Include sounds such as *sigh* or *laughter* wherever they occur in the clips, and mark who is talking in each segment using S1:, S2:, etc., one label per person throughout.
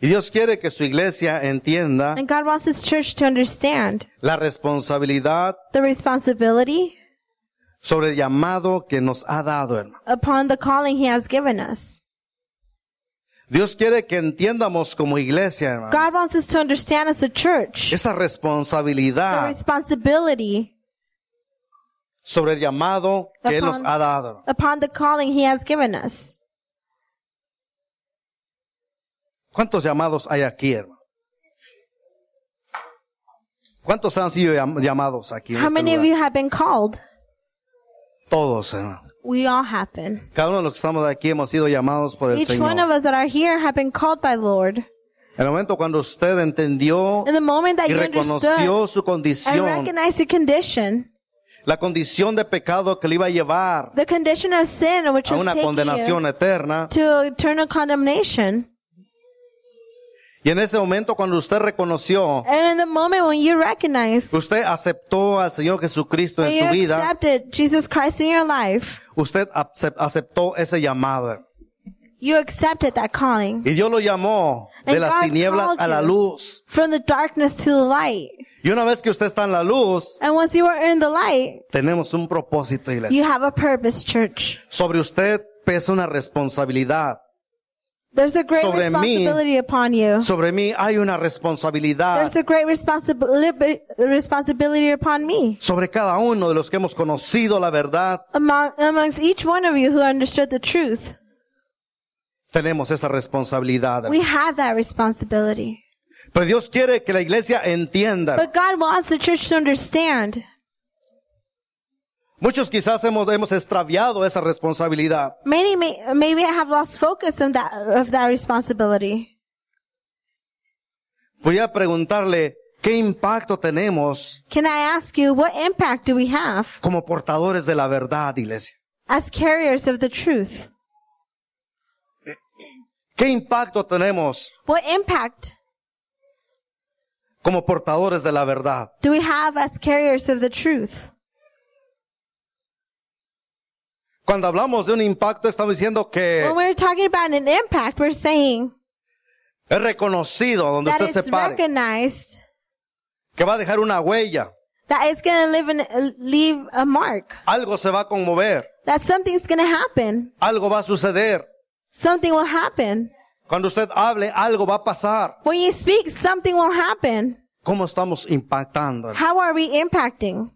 S1: Y Dios quiere que su iglesia entienda
S2: And God wants His church to understand
S1: la responsabilidad
S2: the responsibility
S1: sobre el llamado que nos ha dado, hermano.
S2: upon the calling He has given us.
S1: Dios quiere que entiendamos como iglesia, hermano,
S2: God wants us to understand as a church
S1: esa
S2: the
S1: responsabilidad
S2: responsibility
S1: sobre el llamado que Él nos
S2: Upon-
S1: ha dado. hermano.
S2: upon the calling He has given us.
S1: ¿Cuántos llamados hay aquí, hermano? ¿Cuántos han sido llam- llamados aquí? en
S2: How
S1: este
S2: many of
S1: lugar?
S2: you have been called?
S1: Todos, hermano.
S2: We all have been.
S1: Cada uno de los que estamos aquí hemos sido llamados por el
S2: Each
S1: Señor.
S2: one of
S1: En
S2: us that are here have been called by the Lord.
S1: el momento cuando usted entendió
S2: In the moment that
S1: y
S2: you understood
S1: reconoció su
S2: and
S1: condición,
S2: recognized the condition,
S1: la condición de pecado que le iba a llevar
S2: the condition of sin which
S1: a
S2: was
S1: una
S2: taking
S1: condenación
S2: you
S1: eterna,
S2: to eternal condemnation,
S1: y en ese momento cuando usted reconoció,
S2: and in the moment when you recognize
S1: usted aceptó al Señor Jesucristo en
S2: and you
S1: su vida,
S2: accepted Jesus Christ in your life,
S1: usted acep- aceptó ese llamado. hermano.
S2: you accepted that calling
S1: Y Dios lo llamó de
S2: And
S1: las
S2: God
S1: tinieblas
S2: called
S1: a la
S2: you.
S1: luz.
S2: from the darkness to the light.
S1: Y una vez que usted está en la luz,
S2: And once you are in the light,
S1: tenemos un propósito,
S2: you
S1: iglesia.
S2: have a purpose, church.
S1: Sobre usted pesa una responsabilidad.
S2: There's a great
S1: Sobre mí.
S2: responsibility upon you.
S1: Sobre mí hay una responsabilidad.
S2: There's a great responsibility responsibility upon me.
S1: Sobre cada uno de los que hemos conocido la verdad,
S2: Among, amongst each one of you who understood the truth,
S1: tenemos esa responsabilidad.
S2: we have that responsibility.
S1: Pero Dios quiere que la iglesia entienda.
S2: But God wants the church to understand.
S1: Muchos quizás hemos, hemos extraviado esa responsabilidad.
S2: Many may, maybe I have lost focus of that of that responsibility.
S1: Voy a preguntarle, ¿qué impacto tenemos
S2: Can I ask you what impact do we have
S1: como portadores de la verdad, iglesia?
S2: as carriers of the truth?
S1: ¿Qué impacto tenemos
S2: What impact
S1: como portadores de la verdad?
S2: do we have as carriers of the truth?
S1: Cuando hablamos de un impacto, estamos diciendo que
S2: When we're talking about an impact, we're saying
S1: es reconocido donde
S2: that
S1: usted se
S2: it's
S1: pare,
S2: recognized
S1: que va a dejar una huella,
S2: that it's going to leave, an, uh, leave a mark,
S1: algo se va a conmover,
S2: that something's going to happen.
S1: algo va a suceder.
S2: Something will happen.
S1: Cuando usted hable, algo va a pasar.
S2: When you speak, something will happen.
S1: ¿Cómo estamos impactando?
S2: How are we impacting?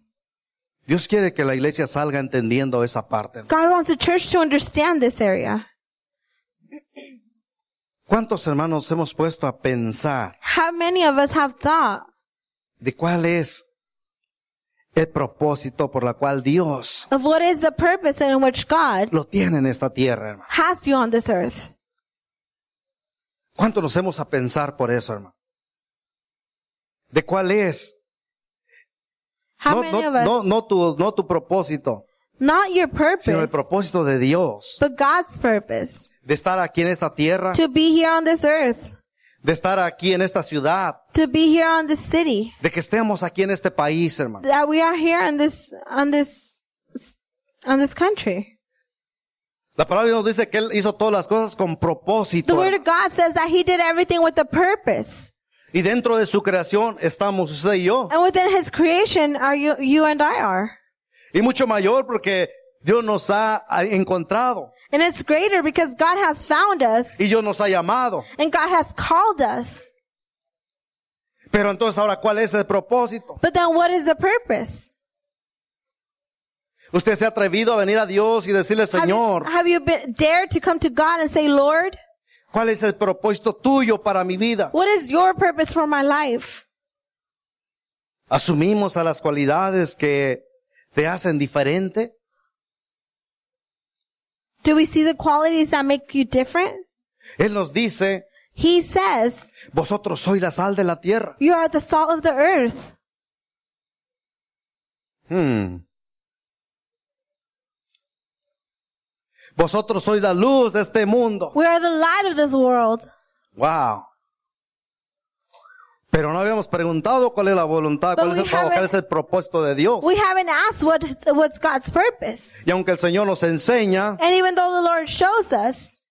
S1: Dios quiere que la iglesia salga entendiendo esa parte.
S2: God wants the church to understand this area.
S1: ¿Cuántos hermanos hemos puesto a pensar
S2: How many of us have thought
S1: de cuál es el propósito por la cual Dios
S2: of what is the purpose in which God
S1: lo tiene en esta tierra, hermano?
S2: has you on this earth?
S1: ¿Cuántos nos hemos a pensar por eso, hermano? ¿De cuál es?
S2: How
S1: no,
S2: many
S1: no,
S2: of us,
S1: no, no tu, no tu propósito,
S2: not your
S1: sino el
S2: purpose,
S1: propósito de Dios,
S2: but God's purpose
S1: de estar aquí en esta tierra,
S2: to be here on this earth,
S1: de estar aquí en esta ciudad,
S2: to be here on this city,
S1: de que estemos aquí en este país, hermano.
S2: that we are here on this, on this, on this country.
S1: La palabra nos dice que Él hizo todas las cosas con
S2: The
S1: propósito.
S2: word
S1: hermano.
S2: of God says that he did everything with a purpose.
S1: Y dentro de su creación estamos usted y yo.
S2: And within his creation are you, you and I are.
S1: Y mucho mayor porque Dios nos ha ha encontrado
S2: And it's greater because God has found us
S1: y Dios nos ha llamado.
S2: and God has called us.
S1: Pero entonces ahora, ¿cuál es el propósito?
S2: But then what is the purpose?
S1: Usted se ha atrevido a venir a Dios y decirle,
S2: Have you-
S1: Señor,
S2: Have you, been, dared to come to God and say, Lord,
S1: ¿cuál es el propósito tuyo para mi vida?
S2: what is your purpose for my life?
S1: ¿Asumimos a las cualidades que te hacen diferente?
S2: Do we see the qualities that make you different?
S1: Él nos dice,
S2: He says,
S1: vosotros sois la sal de la tierra.
S2: you are the salt of the earth.
S1: Hmm. Vosotros sois la luz de este mundo.
S2: We are the light of this world.
S1: Wow. Pero no habíamos preguntado cuál es la voluntad,
S2: But
S1: cuál es,
S2: we
S1: el, trabajo, cuál
S2: haven't-
S1: es el propósito de Dios.
S2: We haven't asked what, what's God's purpose.
S1: Y aunque el Señor nos enseña
S2: And even though the Lord shows us,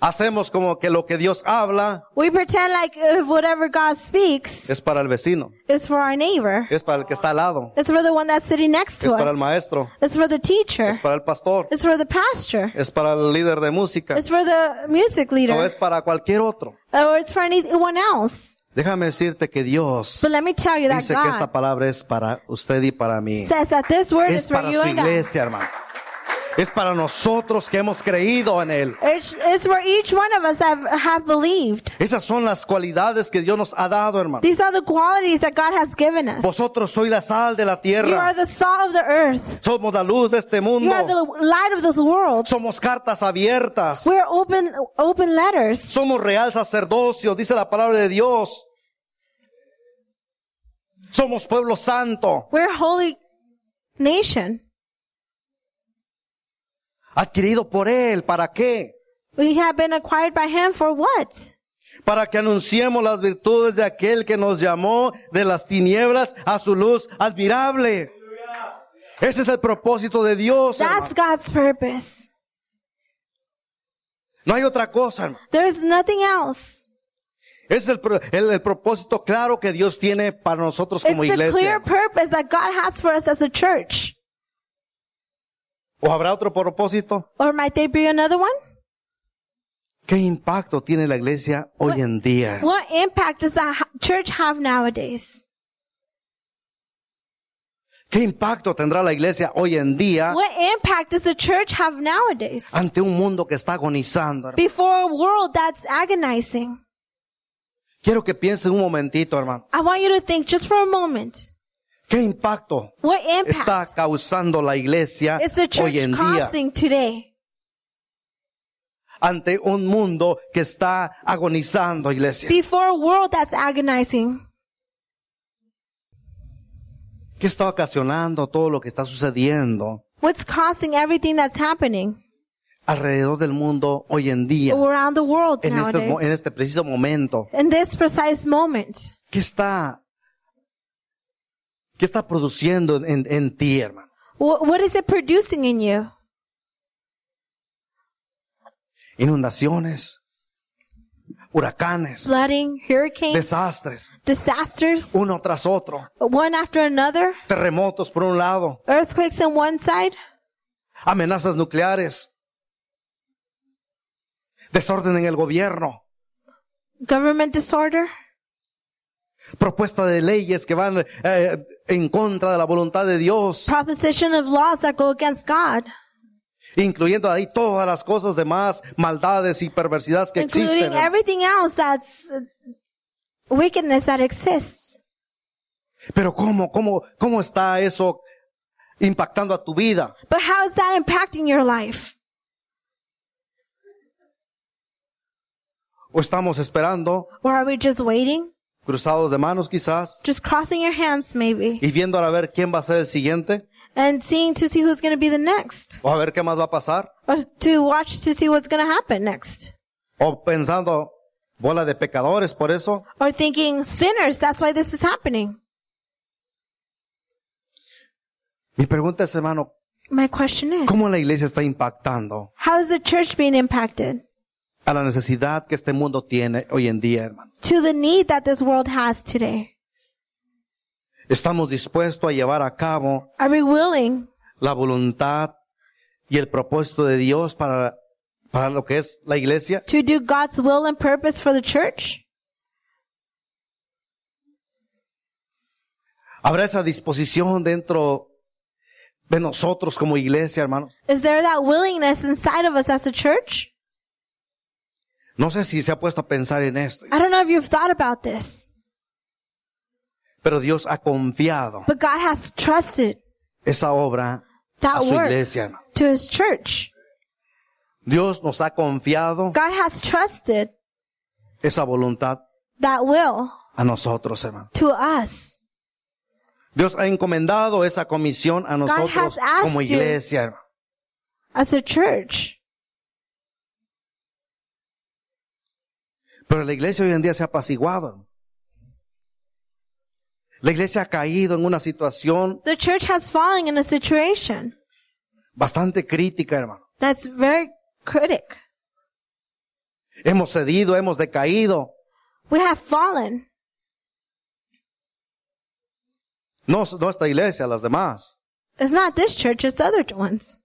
S1: Hacemos como que lo que Dios habla
S2: We pretend like if whatever God speaks
S1: es para el vecino,
S2: is for our neighbor.
S1: es para el que está al lado,
S2: It's for the one that's sitting next to
S1: es para el
S2: us.
S1: maestro,
S2: It's for the teacher.
S1: es para el pastor,
S2: It's for the pastor.
S1: es para el líder de música,
S2: It's for the music
S1: no
S2: leader.
S1: es para cualquier otro.
S2: Or it's for anyone else.
S1: Déjame decirte que Dios
S2: But let me tell you that
S1: dice que esta
S2: God
S1: palabra es para usted y para mí.
S2: says that this word
S1: Es
S2: is for
S1: para su
S2: you and I.
S1: iglesia, hermano. Es para nosotros que hemos creído en Él.
S2: It's, it's for each one of us that have, have believed.
S1: Esas son las cualidades que Dios nos ha dado, hermano.
S2: These are the qualities that God has given us.
S1: Vosotros sois la sal de la
S2: You are
S1: tierra.
S2: the salt of the earth.
S1: Somos la luz de este
S2: You
S1: mundo.
S2: are the light of this world.
S1: Somos cartas abiertas.
S2: We're open, open letters.
S1: Somos real sacerdocio, dice la palabra de Dios. Somos pueblo santo.
S2: We're a holy nation.
S1: Adquirido por Él. ¿Para qué?
S2: We have been acquired by Him for what?
S1: Para que anunciemos las virtudes de aquel que nos llamó de las tinieblas a su luz admirable. Ese es el propósito de Dios.
S2: That's
S1: hermano.
S2: God's purpose.
S1: No hay otra cosa. hermano.
S2: There's nothing else.
S1: Ese es el, pro- el- el propósito claro que Dios tiene para nosotros
S2: It's
S1: como
S2: the clear
S1: iglesia.
S2: purpose that God has for us as a church.
S1: ¿O habrá otro propósito?
S2: Or might there be another one?
S1: ¿Qué impacto tiene la iglesia hoy en día?
S2: What impact does that ha- church have nowadays?
S1: ¿Qué impacto tendrá la iglesia hoy en día
S2: What impact does the church have nowadays?
S1: ante un mundo que está agonizando? hermano?
S2: Before a world that's agonizing.
S1: Quiero que piense un momentito, hermano.
S2: I want you to think just for a moment.
S1: ¿Qué impacto
S2: What
S1: está
S2: impact
S1: causando la iglesia
S2: is the
S1: hoy
S2: church
S1: en día
S2: causing today
S1: ante un mundo que está agonizando, iglesia?
S2: before a world that's agonizing?
S1: ¿Qué está ocasionando todo lo que está sucediendo
S2: What's causing everything that's happening
S1: alrededor del mundo hoy en día?
S2: around the world
S1: En, estos mo- en
S2: nowadays?
S1: este preciso momento.
S2: In this precise moment,
S1: ¿Qué está, qué está produciendo en, en ti, hermano?
S2: Wh- what is it producing in you?
S1: Inundaciones, huracanes,
S2: Flooding, hurricanes,
S1: desastres,
S2: disasters,
S1: uno tras otro,
S2: one after another,
S1: terremotos por un lado,
S2: earthquakes on one side,
S1: amenazas nucleares, desorden en el gobierno,
S2: government disorder,
S1: propuesta de leyes que van eh, en contra de la voluntad de Dios,
S2: proposition of laws that go against God,
S1: incluyendo ahí todas las cosas demás, maldades y perversidades que
S2: including
S1: existen. hermano.
S2: everything else that's uh, wickedness that exists.
S1: Pero cómo, cómo, cómo está eso impactando a tu vida?
S2: But how is that impacting your life?
S1: ¿O estamos esperando,
S2: Or are we just waiting?
S1: cruzados de manos quizás,
S2: Just crossing your hands maybe
S1: y viendo a ver quién va a ser el siguiente?
S2: and seeing to see who's going to be the next
S1: ¿O a ver qué más va a pasar?
S2: or to watch to see what's going to happen next
S1: ¿O pensando, bola de pecadores por eso?
S2: or thinking sinners. That's why this is happening.
S1: Mi pregunta es, hermano,
S2: My question is,
S1: ¿cómo la iglesia está impactando
S2: how is the church being impacted
S1: a la necesidad que este mundo tiene hoy en día, hermano?
S2: to the need that this world has today?
S1: ¿Estamos dispuestos a llevar a cabo
S2: Are we willing
S1: la voluntad y el propósito de Dios para, para lo que es la iglesia?
S2: to do God's will and purpose for the church?
S1: ¿Habrá esa disposición dentro de nosotros como iglesia, hermano?
S2: Is there that willingness inside of us as a church?
S1: No sé si se ha puesto a pensar en esto,
S2: I don't know if you've thought about this,
S1: pero Dios ha confiado
S2: but God has trusted
S1: esa obra a
S2: that
S1: su
S2: work
S1: iglesia, hermano.
S2: to his church.
S1: Dios nos ha confiado
S2: God has trusted
S1: esa voluntad
S2: that will
S1: a nosotros, hermano.
S2: to us.
S1: Dios ha encomendado esa comisión a nosotros
S2: has asked
S1: como
S2: you.
S1: iglesia, hermano.
S2: as a church.
S1: Pero la iglesia hoy en día se ha apaciguado. hermano. La iglesia ha caído en una situación
S2: The church has fallen in a situation
S1: bastante crítica, hermano.
S2: that's very critic.
S1: Hemos cedido, hemos decaído.
S2: We have fallen.
S1: No, no esta iglesia, las demás.
S2: It's not this church, it's the other ones.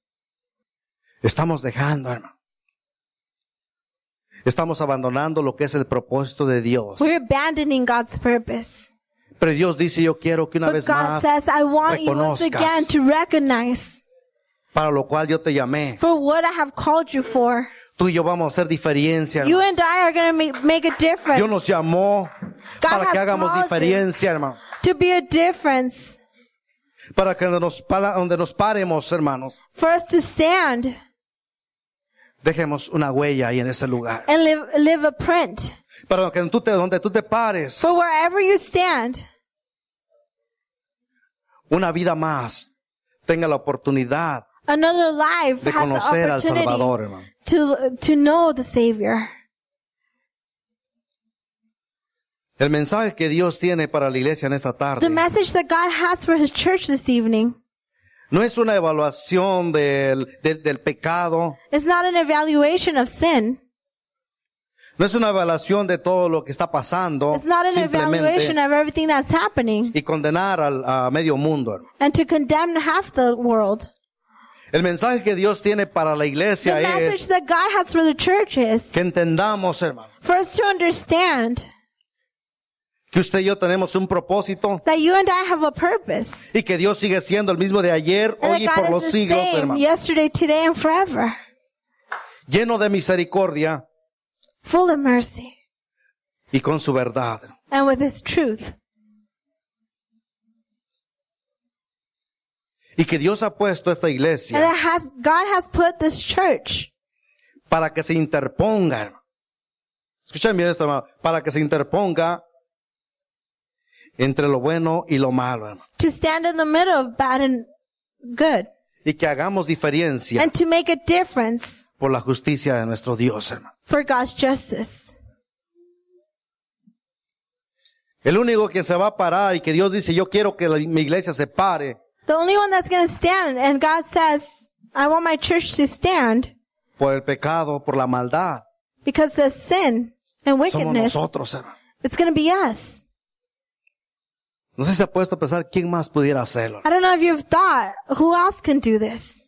S1: Estamos dejando, hermano. Estamos abandonando lo que es el propósito de Dios.
S2: We're abandoning God's purpose.
S1: Pero Dios dice, yo quiero que una
S2: But
S1: vez
S2: God
S1: más,
S2: says, I want you once
S1: reconozcas.
S2: again to recognize
S1: para lo cual yo te llamé,
S2: for what I have called you for.
S1: tú y yo vamos a hacer diferencia.
S2: You
S1: hermano.
S2: and I are going to make, make a difference,
S1: Dios nos llamó para
S2: has
S1: que hagamos
S2: called you.
S1: diferencia, hermano.
S2: to be a difference,
S1: Para que donde nos, para donde nos paremos, hermanos,
S2: for us to stand
S1: dejemos una huella ahí en ese lugar.
S2: and live, leave a print.
S1: Para que tú te, donde tú te pares,
S2: For wherever you stand,
S1: una vida más tenga la oportunidad
S2: another life
S1: de
S2: has
S1: conocer
S2: the
S1: al
S2: opportunity
S1: Salvador, hermano.
S2: to, to know the Savior.
S1: El mensaje que Dios tiene para la iglesia en esta tarde
S2: The message that God has for His church this evening
S1: no es una evaluación del, del, del pecado,
S2: is not an evaluation of sin.
S1: no es una evaluación de todo lo que está pasando,
S2: It's not an evaluation
S1: simplemente
S2: of everything that's happening
S1: y condenar al, a medio mundo. hermano.
S2: and to condemn half the world.
S1: El mensaje que Dios tiene para la
S2: The
S1: iglesia
S2: message
S1: es
S2: that God has for the church is
S1: que entendamos, hermano,
S2: for us to understand
S1: que usted y yo tenemos un propósito
S2: that you and I have a purpose.
S1: y que Dios sigue siendo el mismo de ayer,
S2: And
S1: hoy
S2: that
S1: y por
S2: God
S1: los
S2: is the
S1: siglos,
S2: same
S1: hermano.
S2: yesterday, today, and forever.
S1: Lleno de misericordia
S2: Full of mercy
S1: y con su verdad.
S2: and with His truth.
S1: Y que Dios ha puesto a esta
S2: And
S1: iglesia
S2: that has, God has put this church
S1: para que se interponga, hermano. Escuchen bien esto, hermano. Para que se interponga entre lo bueno y lo malo, hermano.
S2: to stand in the middle of bad and good
S1: Y que hagamos diferencia
S2: and to make a difference
S1: por la justicia de nuestro Dios, hermano.
S2: for God's justice.
S1: El único que se va a parar y que Dios dice, yo quiero que la- mi iglesia se pare
S2: The only one that's going to stand, and God says, I want my church to stand
S1: por el pecado, por la maldad,
S2: because of sin and
S1: somos
S2: wickedness.
S1: nosotros, hermano.
S2: It's going to be us.
S1: No sé si se ha puesto a pensar quién más pudiera hacerlo.
S2: I don't know if you've thought, who else can do this?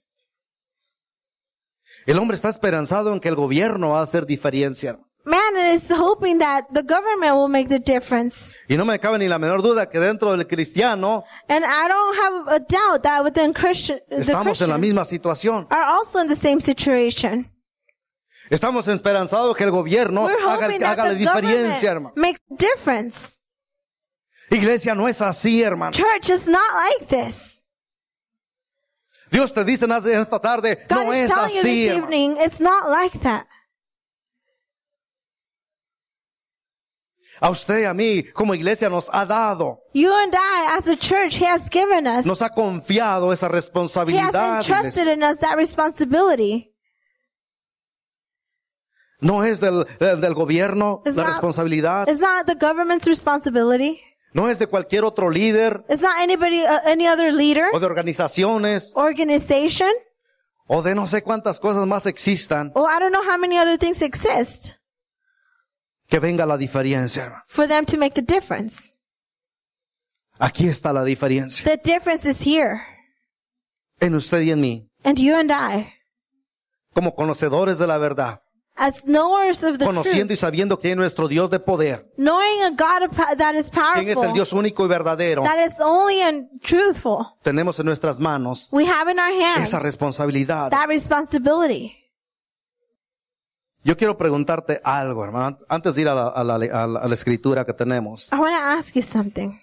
S1: El hombre está esperanzado en que el gobierno va a hacer diferencia. hermano.
S2: Man is hoping that the government will make the difference.
S1: Y no me cabe ni la menor duda que dentro del cristiano
S2: And I don't have a doubt that within Christian, the
S1: estamos en la
S2: Christians
S1: misma situación.
S2: are also in the same situation.
S1: Estamos esperanzados que el gobierno
S2: We're
S1: haga,
S2: hoping that
S1: haga la
S2: the
S1: diferencia, hermano.
S2: government makes a difference.
S1: Iglesia no es así, hermano.
S2: Church is not like this.
S1: Dios te dice en en esta tarde,
S2: God
S1: no es
S2: is telling you
S1: así,
S2: this
S1: hermano.
S2: evening, it's not like that.
S1: A usted y a mí, como iglesia, nos ha dado,
S2: You and I, as a church, He has given us,
S1: nos ha confiado esa
S2: He has
S1: responsabilidad.
S2: entrusted
S1: iglesia.
S2: in us that responsibility.
S1: No es del, del, del gobierno
S2: It's
S1: la
S2: not-
S1: responsabilidad,
S2: It's not the government's responsibility.
S1: no es de cualquier otro líder
S2: It's not anybody, uh, any other leader,
S1: o de organizaciones
S2: organization.
S1: o de no sé cuántas cosas más existan
S2: Oh, I don't know how many other things exist
S1: que venga la diferencia, hermano.
S2: for them to make the difference.
S1: Aquí está la diferencia.
S2: The difference is here.
S1: En usted y en mí,
S2: And you and I,
S1: como conocedores de la verdad,
S2: as knowers of
S1: *laughs*
S2: the
S1: conociendo y
S2: truth,
S1: sabiendo quién es nuestro Dios de poder,
S2: knowing a God of po- that is
S1: quién es el
S2: powerful,
S1: Dios único y verdadero,
S2: that is only and truthful,
S1: tenemos en nuestras manos
S2: we have in our hands
S1: esa responsabilidad.
S2: that responsibility.
S1: Yo quiero preguntarte algo, hermano, antes de ir a la, a la- a la- a la escritura que tenemos.
S2: I want to ask you something.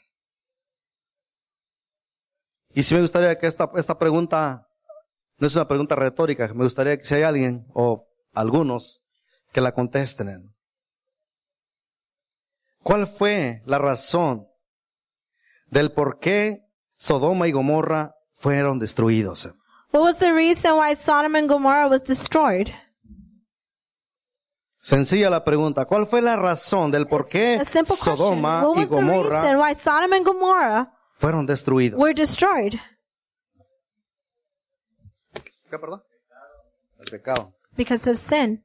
S1: Y si me gustaría que esta, esta pregunta, no es una pregunta retórica, me gustaría que si hay alguien o algunos que la contesten. ¿Cuál fue la razón del por qué Sodoma y Gomorra fueron destruidos?
S2: What was the reason why Sodom and Gomorrah was destroyed?
S1: Sencilla la pregunta. ¿Cuál fue la razón del por qué
S2: A simple question.
S1: Sodoma
S2: What
S1: y
S2: was the reason
S1: Gomorra
S2: why Sodom and Gomorrah
S1: fueron destruidos?
S2: were destroyed?
S1: ¿Qué, perdón? El pecado.
S2: Because of sin.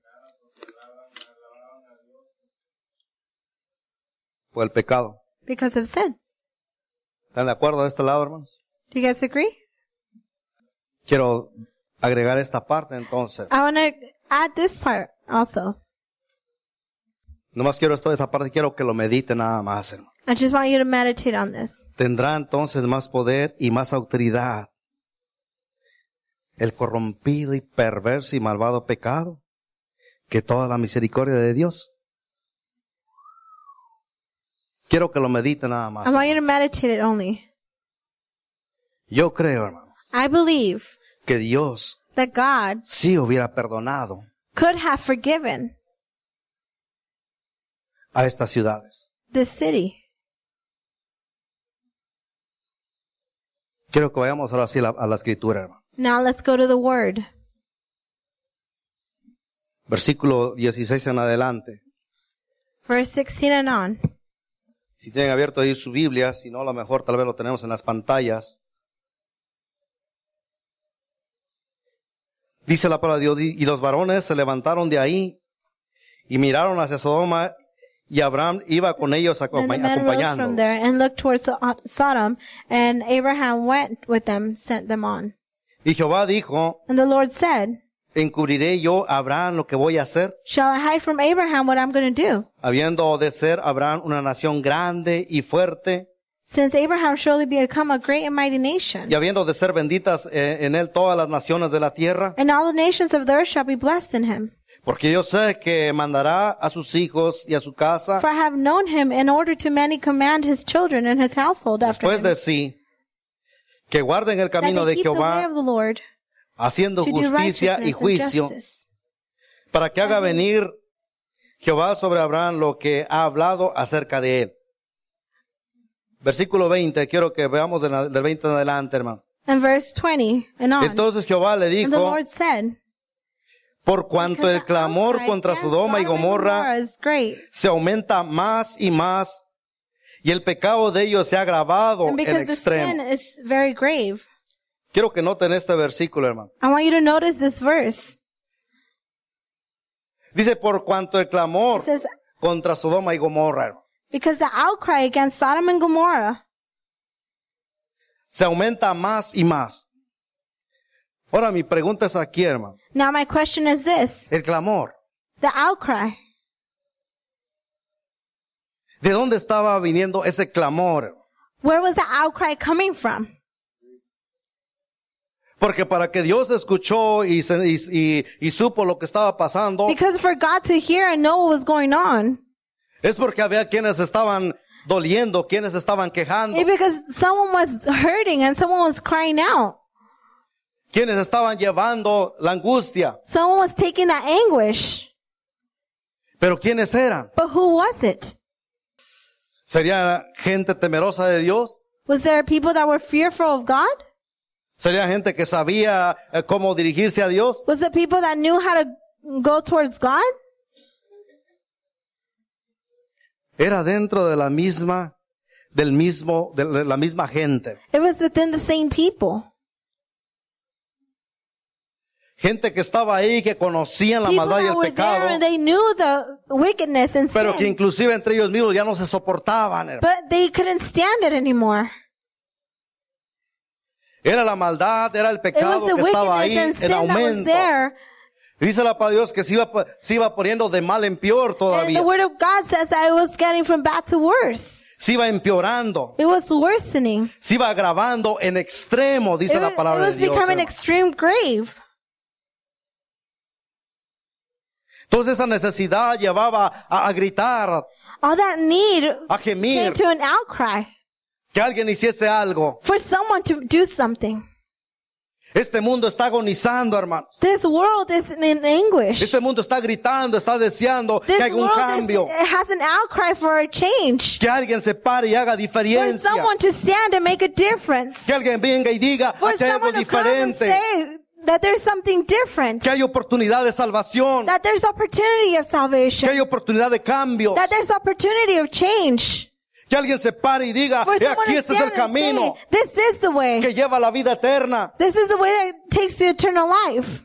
S1: por el pecado.
S2: because of sin.
S1: ¿Están de acuerdo de este lado, hermanos?
S2: Do you guys agree?
S1: Quiero agregar esta parte entonces.
S2: I want to add this part also.
S1: Nomás quiero esto, esta parte quiero que lo medite nada más, hermano.
S2: I just want you to meditate on this.
S1: Tendrá entonces más poder y más autoridad el corrompido y perverso y malvado pecado que toda la misericordia de Dios. Quiero que lo medite nada más.
S2: I want you to meditate it only.
S1: Yo creo, hermano,
S2: I believe
S1: que Dios
S2: that God
S1: sí hubiera perdonado
S2: could have forgiven
S1: a estas ciudades.
S2: this city.
S1: Quiero que vayamos ahora sí a la, a la escritura, hermano.
S2: Now let's go to the word.
S1: Versículo 16 en adelante.
S2: Verse 16 and on.
S1: Si tienen abierto ahí su Biblia, si no, a lo mejor tal vez lo tenemos en las pantallas. Dice la palabra de Dios, y los varones se levantaron de ahí y miraron hacia Sodoma y Abraham iba con ellos
S2: Then the men rose from
S1: acompañando.
S2: there and looked towards So- Sodom, and Abraham went with them, sent them on.
S1: Y Jehová dijo,
S2: And the Lord said,
S1: encubriré yo a Abraham lo que voy a hacer,
S2: Shall I hide from Abraham what I'm going to do?
S1: habiendo de ser Abraham una nación grande y fuerte,
S2: Since Abraham surely become a great and mighty nation,
S1: y habiendo de ser benditas eh, en él todas las naciones de la tierra.
S2: and all the nations of the earth shall be blessed in him.
S1: Porque yo sé que mandará a sus hijos y a su casa
S2: For I have known him in order to many command his children and his household after
S1: después
S2: him,
S1: de sí, que guarden el
S2: that
S1: camino
S2: they
S1: de
S2: keep the way
S1: Jehová,
S2: of the Lord
S1: haciendo
S2: to do
S1: justicia y
S2: righteousness and
S1: juicio,
S2: justice,
S1: para que haga venir Jehová sobre Abraham lo que ha hablado acerca de él. Versículo 20, quiero que veamos del del 20 en adelante, hermano.
S2: And verse 20 and on.
S1: Entonces Jehová le
S2: and the
S1: dijo,
S2: Lord said,
S1: por cuanto
S2: "Because
S1: el
S2: the
S1: clamor
S2: outcry
S1: contra
S2: against
S1: Sodoma y
S2: Sodom and Gomorrah
S1: Gomorra
S2: is great.
S1: se aumenta más y más, y el pecado de ellos se ha agravado
S2: And
S1: en
S2: because the sin
S1: extremo.
S2: is very grave.
S1: Quiero que noten este versículo, hermano.
S2: I want you to notice this verse.
S1: Dice, por cuanto el clamor
S2: It says,
S1: contra Sodoma y Gomorra hermano,
S2: because the outcry against Sodom and Gomorrah
S1: se aumenta más y más. Ahora mi pregunta es aquí, hermano.
S2: Now my question is this.
S1: El clamor.
S2: The outcry.
S1: ¿De dónde estaba viniendo ese clamor?
S2: Where was the outcry coming from?
S1: Porque para que Dios escuchó y, se- y, y- y supo lo que estaba pasando,
S2: Because for God to hear and know what was going on,
S1: es porque había quienes estaban doliendo, quienes estaban quejando,
S2: it because someone was hurting and someone was crying out.
S1: quienes estaban llevando la angustia.
S2: Someone was taking that anguish.
S1: Pero ¿quiénes eran?
S2: But who was it?
S1: ¿Sería gente temerosa de Dios?
S2: Was there people that were fearful of God?
S1: ¿Sería gente que sabía eh, cómo dirigirse a Dios?
S2: Was it people that knew how to go towards God?
S1: Era dentro de la misma, del mismo, de la- la misma gente.
S2: It was within the same people.
S1: Gente que estaba ahí, que conocían la
S2: People
S1: maldad y
S2: that
S1: el
S2: were there
S1: pecado,
S2: and they knew the wickedness and
S1: pero que
S2: sin,
S1: inclusive entre ellos mismos ya no se soportaban. hermano.
S2: but they couldn't stand it anymore.
S1: Era la maldad, era el
S2: It
S1: pecado
S2: was the
S1: que estaba
S2: wickedness
S1: ahí
S2: and sin
S1: en
S2: that was
S1: aumento.
S2: there.
S1: Y Dice la palabra de Dios que se iba, po- se iba poniendo de mal en peor
S2: And the
S1: todavía.
S2: word of God says that it was getting from bad to worse.
S1: Se iba empeorando,
S2: It was worsening.
S1: se iba agravando en extremo, dice
S2: It was,
S1: la
S2: it
S1: palabra
S2: was
S1: de Dios. eh.
S2: becoming
S1: hermano.
S2: extreme grave.
S1: Entonces esa necesidad llevaba a, a gritar,
S2: All that need
S1: a
S2: came
S1: gemir,
S2: to an outcry
S1: que alguien hiciese algo.
S2: for someone to do something.
S1: Este mundo está agonizando, hermano.
S2: This world is in in anguish.
S1: Este mundo está gritando, está deseando que
S2: This
S1: haya un
S2: world is,
S1: cambio,
S2: it has an outcry for a change.
S1: que alguien se pare y haga
S2: For
S1: diferencia,
S2: someone to stand and make a difference.
S1: que alguien venga y diga
S2: For
S1: que hay algo
S2: someone to come and
S1: diferente,
S2: say that there's something different.
S1: que hay oportunidad de salvación,
S2: That there's opportunity of
S1: que
S2: salvation.
S1: hay oportunidad de cambio,
S2: That there's opportunity of change.
S1: que alguien se pare y diga,
S2: For
S1: "He
S2: someone
S1: Ah, aquí
S2: to
S1: este es el
S2: stand and say,
S1: camino
S2: this is the way.
S1: que lleva a la vida eterna.
S2: This is the way that takes to eternal life.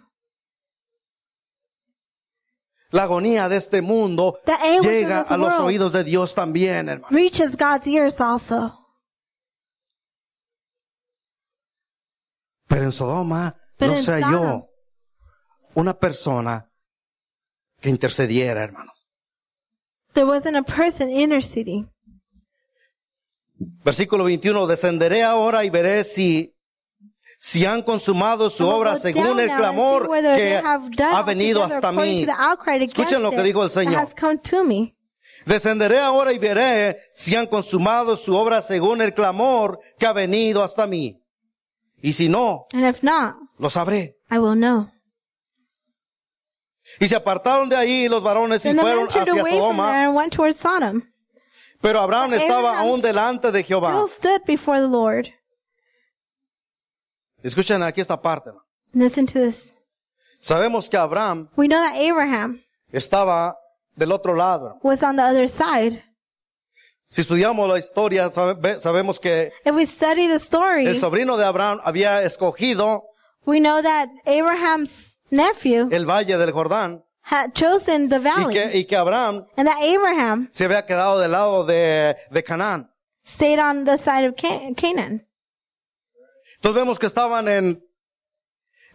S1: La agonía de este mundo
S2: The anguish of
S1: llega
S2: this
S1: a los
S2: world.
S1: oídos de Dios también, hermano.
S2: reaches God's ears also.
S1: Pero en Sodoma
S2: Pero
S1: no
S2: en
S1: se
S2: Sodom.
S1: halló una persona que intercediera, hermanos.
S2: There wasn't a person interceding.
S1: Versículo 21, descenderé ahora y veré si, si han consumado su
S2: I'm gonna
S1: obra
S2: go
S1: según
S2: down
S1: el
S2: now and
S1: clamor
S2: see whether they
S1: que
S2: have done
S1: ha venido
S2: altogether
S1: hasta
S2: according
S1: mí.
S2: to the outcry against
S1: Escuchen lo que
S2: it
S1: dijo el
S2: that
S1: Señor.
S2: has come to me.
S1: Descenderé ahora y veré si han consumado su obra según el clamor que ha venido hasta mí. Y si no,
S2: And if not,
S1: lo sabré.
S2: I will know.
S1: Y se apartaron de ahí los varones y
S2: Then the men
S1: fueron
S2: turned
S1: hacia
S2: away from
S1: Sodoma.
S2: there and went towards Sodom.
S1: Pero Abraham
S2: But
S1: estaba
S2: Abraham
S1: aún delante de Jehová.
S2: Still stood before the Lord.
S1: Escuchen aquí esta parte. hermano.
S2: Listen to this.
S1: Sabemos que Abraham
S2: We know that Abraham
S1: estaba del otro lado. hermano.
S2: was on the other side.
S1: Si estudiamos la historia, sabe- ve- sabemos que
S2: If we study the story,
S1: el sobrino de Abraham había escogido
S2: we know that Abraham's nephew
S1: el valle del Jordán
S2: had chosen the
S1: Eh. y
S2: valley.
S1: que, y que Abraham
S2: and that Abraham
S1: se había quedado del lado de, de Canaán.
S2: stayed on the side of Can- Canaan.
S1: Entonces vemos que estaban en,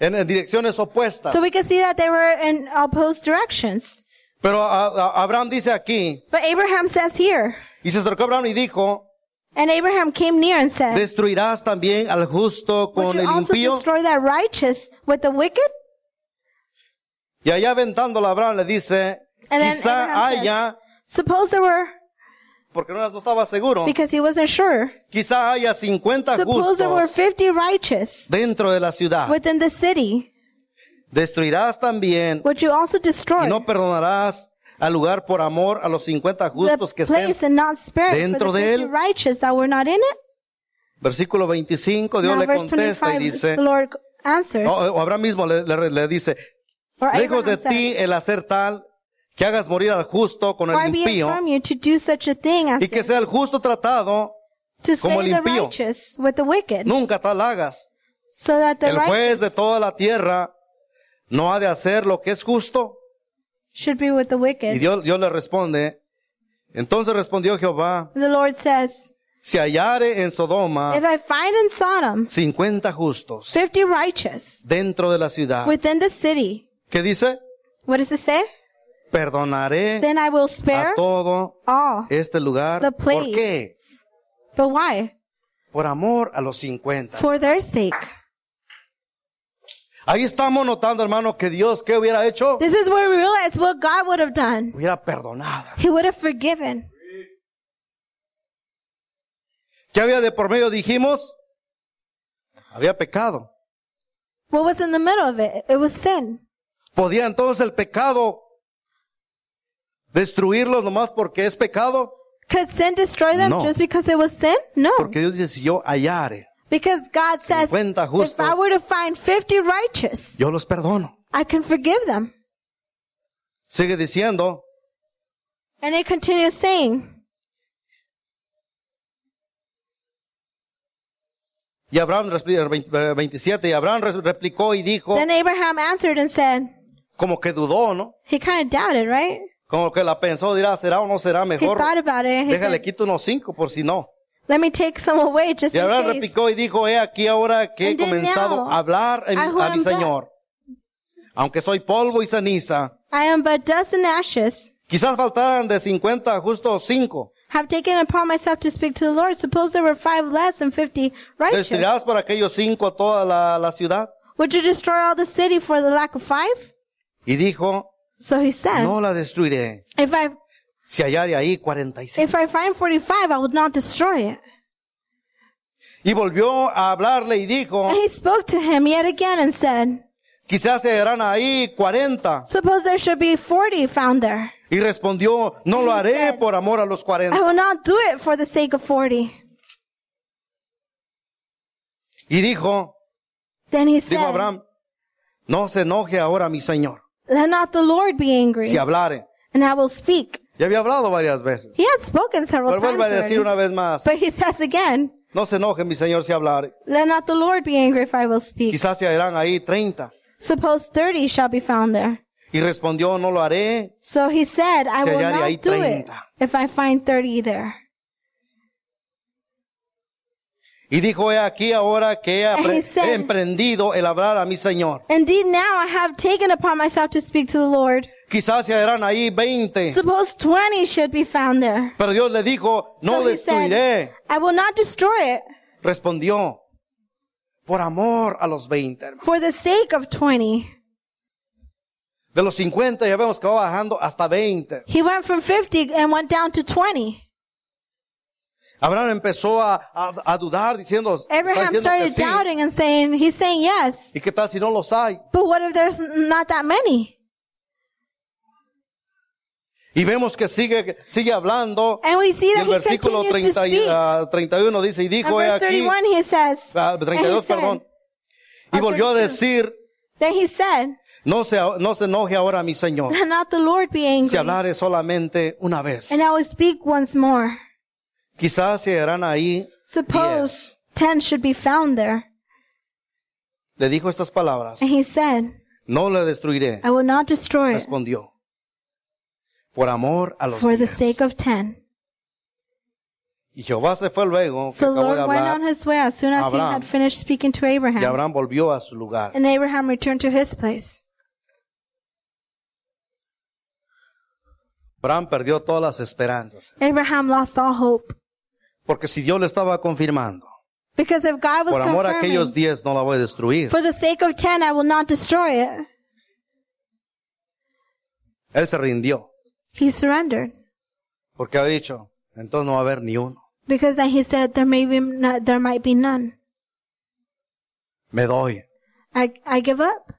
S1: en, en direcciones opuestas.
S2: So we can see that they were in opposed directions.
S1: Pero a- a- Abraham dice aquí,
S2: But Abraham says here,
S1: y se acercó Abraham y dijo,
S2: and Abraham came near and said,
S1: destruirás también al justo
S2: Would
S1: con
S2: you
S1: el
S2: also
S1: impío.
S2: destroy that righteous with the wicked?
S1: Y allá aventándola Abraham le dice,
S2: And then
S1: quizá
S2: Abraham says-
S1: haya,
S2: Suppose there were,
S1: porque no, no estaba seguro,
S2: because he wasn't sure,
S1: quizá haya 50
S2: suppose there were
S1: justos
S2: 50 righteous
S1: dentro de la ciudad.
S2: within the city.
S1: Destruirás también
S2: Would you also destroy
S1: y no perdonarás al lugar por amor a los 50 justos que
S2: the
S1: estén.
S2: place and not spare it
S1: dentro
S2: for the
S1: de
S2: 50
S1: él?
S2: righteous that were not in it?
S1: Versículo 25, Dios
S2: now
S1: le
S2: verse
S1: contesta y
S2: 25,
S1: dice,
S2: the Lord answers,
S1: o, o Abraham mismo le, le- le dice,
S2: or
S1: lejos de
S2: Abraham
S1: ti
S2: says,
S1: el hacer tal que hagas morir al justo con el
S2: Far be it
S1: impío
S2: from you to do such a thing as
S1: y que
S2: this,
S1: sea el justo tratado,
S2: to
S1: como
S2: save
S1: el
S2: the
S1: impío.
S2: righteous with the wicked,
S1: nunca tal hagas.
S2: so that the
S1: El
S2: righteous
S1: juez de toda la tierra no ha de hacer lo que es justo.
S2: should be with the
S1: Y
S2: wicked.
S1: Dios, Dios le responde, entonces respondió Jehová,
S2: The Lord says,
S1: si hallare en Sodoma
S2: If I find in Sodom
S1: 50 justos
S2: 50 righteous
S1: dentro de la ciudad,
S2: within the city,
S1: ¿qué dice?
S2: what does it say?
S1: Perdonaré
S2: Then I will
S1: a
S2: spare
S1: todo
S2: all.
S1: este lugar.
S2: The place.
S1: ¿Por qué?
S2: But why?
S1: Por amor a los 50.
S2: For their sake.
S1: Ahí estamos notando, hermano, que Dios, ¿qué hubiera hecho?
S2: This is where we realize what God would have done.
S1: Hubiera perdonado.
S2: He would have forgiven.
S1: ¿Qué había de por medio? Dijimos, había pecado.
S2: What was in the middle of it? It was sin.
S1: ¿Podía entonces el pecado destruirlos nomás porque es pecado?
S2: Could sin destroy them
S1: No.
S2: just because it was sin? No.
S1: Porque Dios dice, si yo hallare,
S2: Because God says,
S1: 50
S2: if I
S1: justos.
S2: were to find 50 righteous,
S1: yo los perdono.
S2: I can forgive them.
S1: Sigue diciendo,
S2: And it continues saying,
S1: y Abraham, resp- eh, 20, eh, 27, y Abraham res- replicó y dijo,
S2: Then Abraham answered and said,
S1: como que dudó, ¿no?
S2: he kind of doubted, right?
S1: Como que la pensó, dirá, ¿será o no será
S2: He
S1: mejor?
S2: thought about it. and He
S1: Déjale,
S2: said,
S1: quito unos cinco por si no.
S2: Let me take some away just
S1: Y Abraham
S2: in case.
S1: replicó y dijo, he aquí ahora que he
S2: And then
S1: comenzado
S2: now,
S1: a hablar en-
S2: I who
S1: a mi
S2: am God.
S1: Señor. Aunque soy polvo y ceniza,
S2: I am but dust and ashes.
S1: quizás faltaran de 50 justo 5.
S2: Have taken upon myself to speak to the Lord. Suppose there were five less than fifty righteous.
S1: ¿Destruirás por aquellos cinco toda la, la ciudad?
S2: Would you destroy all the city for the lack of five?
S1: Y dijo,
S2: So he said,
S1: no la destruiré.
S2: If I
S1: Si hallare ahí 45.
S2: if I find forty-five, I will not destroy it.
S1: Y volvió a hablarle y dijo,
S2: And he spoke to him yet again and said,
S1: quizás se harán ahí 40.
S2: Suppose there should be forty found there.
S1: Y respondió, no lo
S2: And he
S1: haré
S2: said,
S1: por amor a los
S2: I
S1: 40.
S2: will not do it for the sake of forty.
S1: Y dijo,
S2: Then he
S1: dijo
S2: said,
S1: Abraham, no se enoje ahora mi Señor,
S2: Let not the Lord be angry,
S1: si hablare.
S2: and I will speak.
S1: Ya había hablado varias veces.
S2: He had spoken several
S1: Pero
S2: times
S1: vuelve a decir
S2: already.
S1: una vez más,
S2: But he says again,
S1: no se enoje mi Señor si hablare.
S2: Let not the Lord be angry if I will speak.
S1: Quizás se harán ahí 30.
S2: Suppose thirty shall be found there.
S1: Y respondió, no lo haré.
S2: So he said, I
S1: Si
S2: will
S1: hallar ahí
S2: not do it
S1: 30.
S2: if I find 30 there.
S1: Y dijo, he aquí ahora que he, apre-
S2: he said-
S1: he emprendido el hablar a mi Señor.
S2: Indeed, now I have taken upon myself to speak to the Lord.
S1: Quizás se harán ahí veinte.
S2: Suppose 20 should be found there.
S1: Pero Dios le dijo, no
S2: So he said,
S1: destruiré.
S2: I will not destroy it
S1: Respondió, por amor a los veinte. hermano.
S2: for the sake of 20.
S1: De los cincuenta ya vemos que va bajando hasta veinte.
S2: He went from 50 and went down to 20.
S1: Abraham empezó a, a- a dudar diciendo, está diciendo
S2: Abraham
S1: que
S2: started
S1: sí.
S2: doubting and saying, he's saying yes,
S1: ¿Y qué tal si no los hay?
S2: but what if there's not that many?
S1: Y vemos que sigue, sigue hablando.
S2: And we see
S1: Y
S2: that
S1: el
S2: he
S1: versículo
S2: continues to
S1: 30 y,
S2: speak.
S1: ah, 31 dice, y
S2: And
S1: dijo, he
S2: verse
S1: aquí,
S2: 31 he says,
S1: ah,
S2: and
S1: 32,
S2: he said-
S1: perdón. Y
S2: Ah,
S1: volvió a
S2: 32.
S1: decir,
S2: then he said,
S1: no se, no se enoje ahora mi Señor,
S2: let not the Lord be *laughs* angry,
S1: si hablare solamente una vez.
S2: and I will speak once more.
S1: Quizás se harán ahí
S2: Suppose 10 should be found there.
S1: Le dijo estas palabras,
S2: *laughs* And he said,
S1: no le destruiré.
S2: I will not destroy it
S1: Respondió, por amor a los
S2: for the
S1: diez.
S2: sake of 10.
S1: Y Jehová se fue luego, que
S2: So the
S1: acabó de
S2: Lord went
S1: hablar,
S2: on his way as soon as he
S1: Abraham.
S2: had finished speaking to
S1: y
S2: Abraham.
S1: Abraham volvió a su lugar.
S2: And Abraham returned to his place.
S1: Abraham perdió todas las esperanzas,
S2: Abraham lost all hope.
S1: porque si Dios le estaba confirmando,
S2: Because if God was
S1: por amor a
S2: confirming,
S1: aquellos diez no la voy a destruir.
S2: for the sake of 10, I will not destroy it.
S1: Él se rindió,
S2: He surrendered.
S1: porque había dicho, entonces no va a haber ni uno.
S2: Because then he said, there may be, no, there might be none.
S1: Me doy.
S2: I, I give up.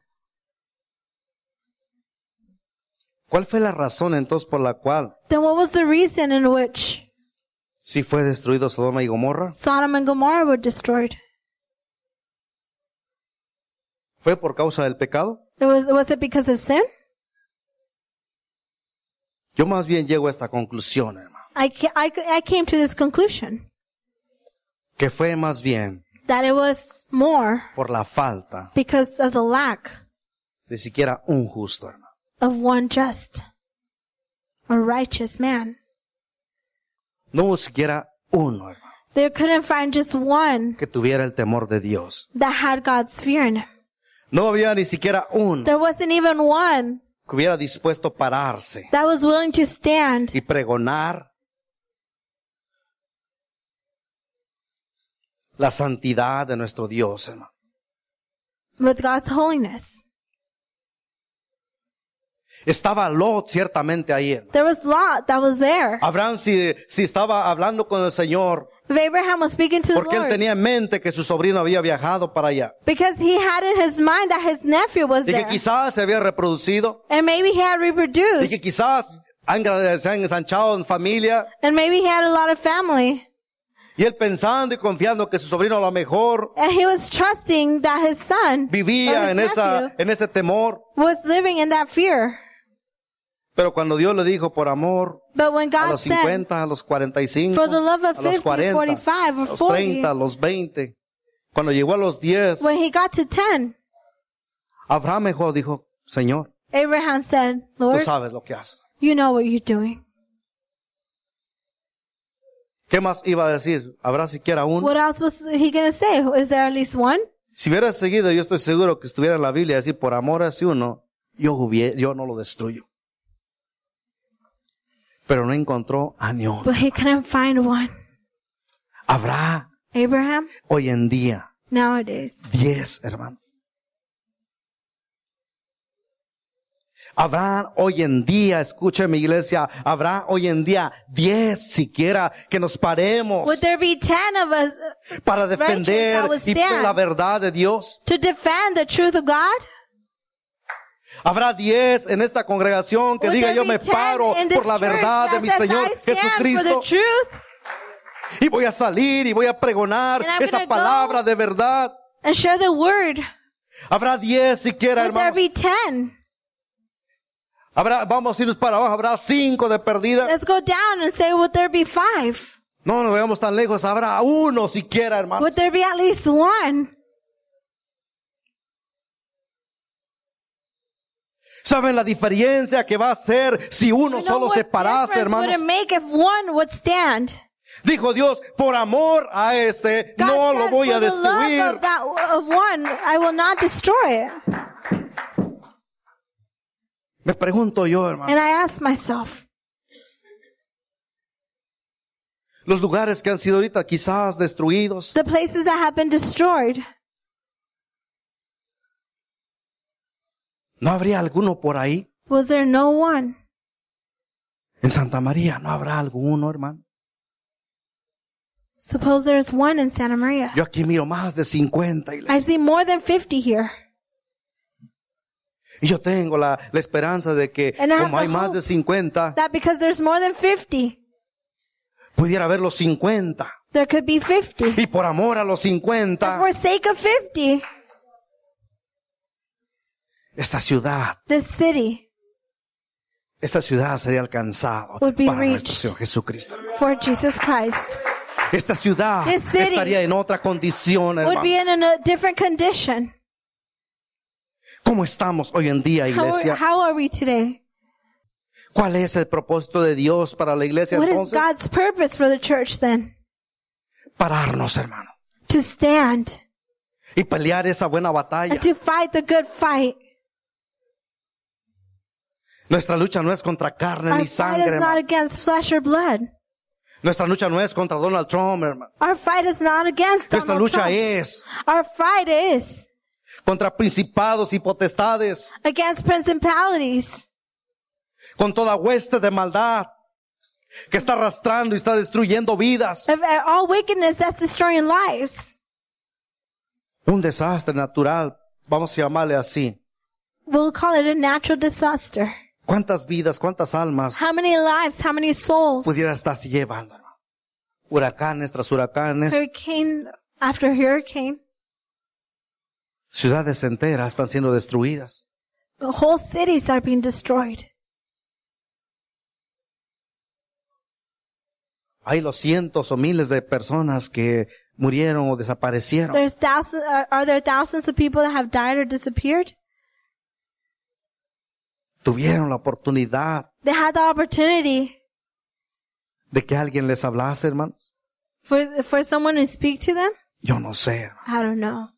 S1: ¿Cuál fue la razón entonces por la cual
S2: Then what was the reason in which
S1: si fue destruido Sodoma y Gomorra?
S2: Sodom and Gomorrah were destroyed?
S1: ¿Fue por causa del pecado?
S2: It was, was it because of sin?
S1: Yo más bien llego a esta conclusión, hermano,
S2: I, ca- I, ca- I came to this conclusion
S1: que fue más bien
S2: that it was more
S1: por la falta
S2: because of the lack
S1: de siquiera un justo, hermano.
S2: of one just, a righteous man.
S1: No hubo siquiera uno, hermano,
S2: They couldn't find just one
S1: que tuviera el temor de Dios.
S2: that had God's fear in him.
S1: No había ni siquiera uno
S2: There wasn't even one
S1: que hubiera dispuesto pararse
S2: that was willing to stand
S1: y pregonar la santidad de nuestro Dios, hermano.
S2: with God's holiness.
S1: Estaba Lot ciertamente ahí, hermano.
S2: There was Lot that was there.
S1: Abraham si, si estaba hablando con el Señor,
S2: If Abraham was speaking to the
S1: porque él
S2: Lord
S1: tenía en mente que su sobrino había viajado para allá
S2: because he had in his mind that his nephew was
S1: y que
S2: there.
S1: quizás se había reproducido
S2: And maybe he had
S1: y que
S2: reproduced.
S1: quizás han gra- se han ensanchado en familia
S2: And maybe he had a lot of family.
S1: y él pensando y confiando que su sobrino a lo mejor
S2: And he was trusting that his son or
S1: vivía
S2: his
S1: en esa
S2: nephew
S1: en ese temor,
S2: was living in that fear.
S1: pero cuando Dios le dijo por amor
S2: But when
S1: a
S2: God
S1: los
S2: said,
S1: 50, a los 45,
S2: For the love of
S1: a los
S2: 50,
S1: 40, a
S2: 45,
S1: los
S2: 40.
S1: 30, a los 20, cuando llegó a los 10,
S2: when he got to 10,
S1: Abraham mejor dijo, Señor,
S2: Abraham said,
S1: tú
S2: Lord,
S1: sabes lo que haces.
S2: you know what you're doing.
S1: ¿Qué más iba a decir? ¿Habrá siquiera uno?
S2: What else was he going to say? Is there at least one?
S1: Si hubiera seguido, yo estoy seguro que estuviera en la Biblia decir, por amor a si uno, yo, hubie- yo no lo destruyo. Pero no encontró a ni uno.
S2: But he couldn't find one.
S1: Habrá
S2: Abraham,
S1: hoy en día
S2: nowadays,
S1: diez, hermano. Habrá hoy en día, escuche mi iglesia, habrá hoy en día diez siquiera que nos paremos
S2: would there be 10 of us
S1: para defender
S2: righteous that
S1: y
S2: will stand?
S1: la verdad de Dios.
S2: to defend the truth of God?
S1: Habrá diez en esta congregación que
S2: Would
S1: diga
S2: there
S1: yo
S2: be
S1: me
S2: 10
S1: paro
S2: in this
S1: por la
S2: church
S1: verdad de
S2: that
S1: mi
S2: says,
S1: Señor
S2: "I stand For
S1: Jesucristo
S2: the truth,
S1: y voy a salir y voy a pregonar
S2: And I'm
S1: esa
S2: gonna
S1: palabra de verdad.
S2: and share the word.
S1: Habrá diez siquiera,
S2: Would there
S1: hermanos.
S2: be 10?
S1: Habrá, vamos a irnos para abajo, habrá cinco de perdida.
S2: Let's go down and say, would there be 5?
S1: No nos veamos tan lejos, habrá uno siquiera, hermano.
S2: Would there be at least one?
S1: ¿Saben la diferencia que va a ser si uno
S2: You know
S1: solo
S2: what
S1: se parase,
S2: difference would
S1: hermanos?
S2: it make if one would stand?
S1: Dijo Dios, por amor a ese,
S2: God
S1: no
S2: said,
S1: lo voy a
S2: "For the love
S1: destruir.
S2: Of, that, of one, I will not destroy it.
S1: Me pregunto yo, hermano,
S2: And I asked myself,
S1: los lugares que han sido ahorita quizás destruidos,
S2: the places that have been destroyed,
S1: ¿no habría alguno por ahí?
S2: was there no one?
S1: En Santa María, ¿no habrá alguno, hermano?
S2: Suppose there's one in Santa Maria.
S1: Yo aquí miro más de 50
S2: I
S1: iglesias.
S2: see more than 50 here.
S1: Y yo tengo la, la esperanza de que,
S2: And I have
S1: como hay
S2: the
S1: más
S2: hope
S1: de 50,
S2: That because there's more than 50,
S1: pudiera haber los 50.
S2: there could be 50.
S1: Y por amor a los
S2: And
S1: 50,
S2: for sake of 50,
S1: esta ciudad,
S2: this city
S1: esta ciudad sería alcanzada
S2: Would be
S1: para nuestro
S2: reached.
S1: Señor Jesucristo. hermano.
S2: for Jesus Christ
S1: Esta ciudad
S2: This city
S1: estaría en otra condición,
S2: would be
S1: hermano.
S2: in a no- different condition.
S1: ¿Cómo estamos hoy en día,
S2: How,
S1: iglesia?
S2: how are we today?
S1: ¿Cuál es el propósito de Dios para la iglesia
S2: What is
S1: entonces?
S2: God's purpose for the church then?
S1: Pararnos, hermano,
S2: To stand
S1: y pelear esa buena batalla.
S2: and to fight the good fight.
S1: Nuestra lucha no es contra carne
S2: Our
S1: ni
S2: fight
S1: sangre,
S2: is not
S1: hermano.
S2: against flesh or blood.
S1: Nuestra lucha no es contra Donald Trump, hermano.
S2: Our fight is not against
S1: Nuestra
S2: Donald
S1: lucha
S2: Trump.
S1: es
S2: Our fight is
S1: contra principados y potestades,
S2: against principalities,
S1: con toda hueste de maldad que está arrastrando y está destruyendo vidas.
S2: of all wickedness that's destroying lives.
S1: Un desastre natural, vamos a llamarle así.
S2: We'll call it a natural disaster.
S1: ¿Cuántas vidas, cuántas almas
S2: How many lives, how many souls?
S1: pudiera estarse llevando, hermano? Huracanes tras huracanes,
S2: Hurricane after hurricane.
S1: ciudades enteras están siendo destruidas.
S2: The whole cities are being destroyed.
S1: Hay los cientos o miles de personas que murieron o desaparecieron.
S2: There's thousands, are, are there thousands of people that have died or disappeared?
S1: tuvieron la oportunidad
S2: They had the opportunity
S1: de que alguien les hablase, hermanos?
S2: for, for someone to speak to them?
S1: Yo no sé, hermano.
S2: I don't know.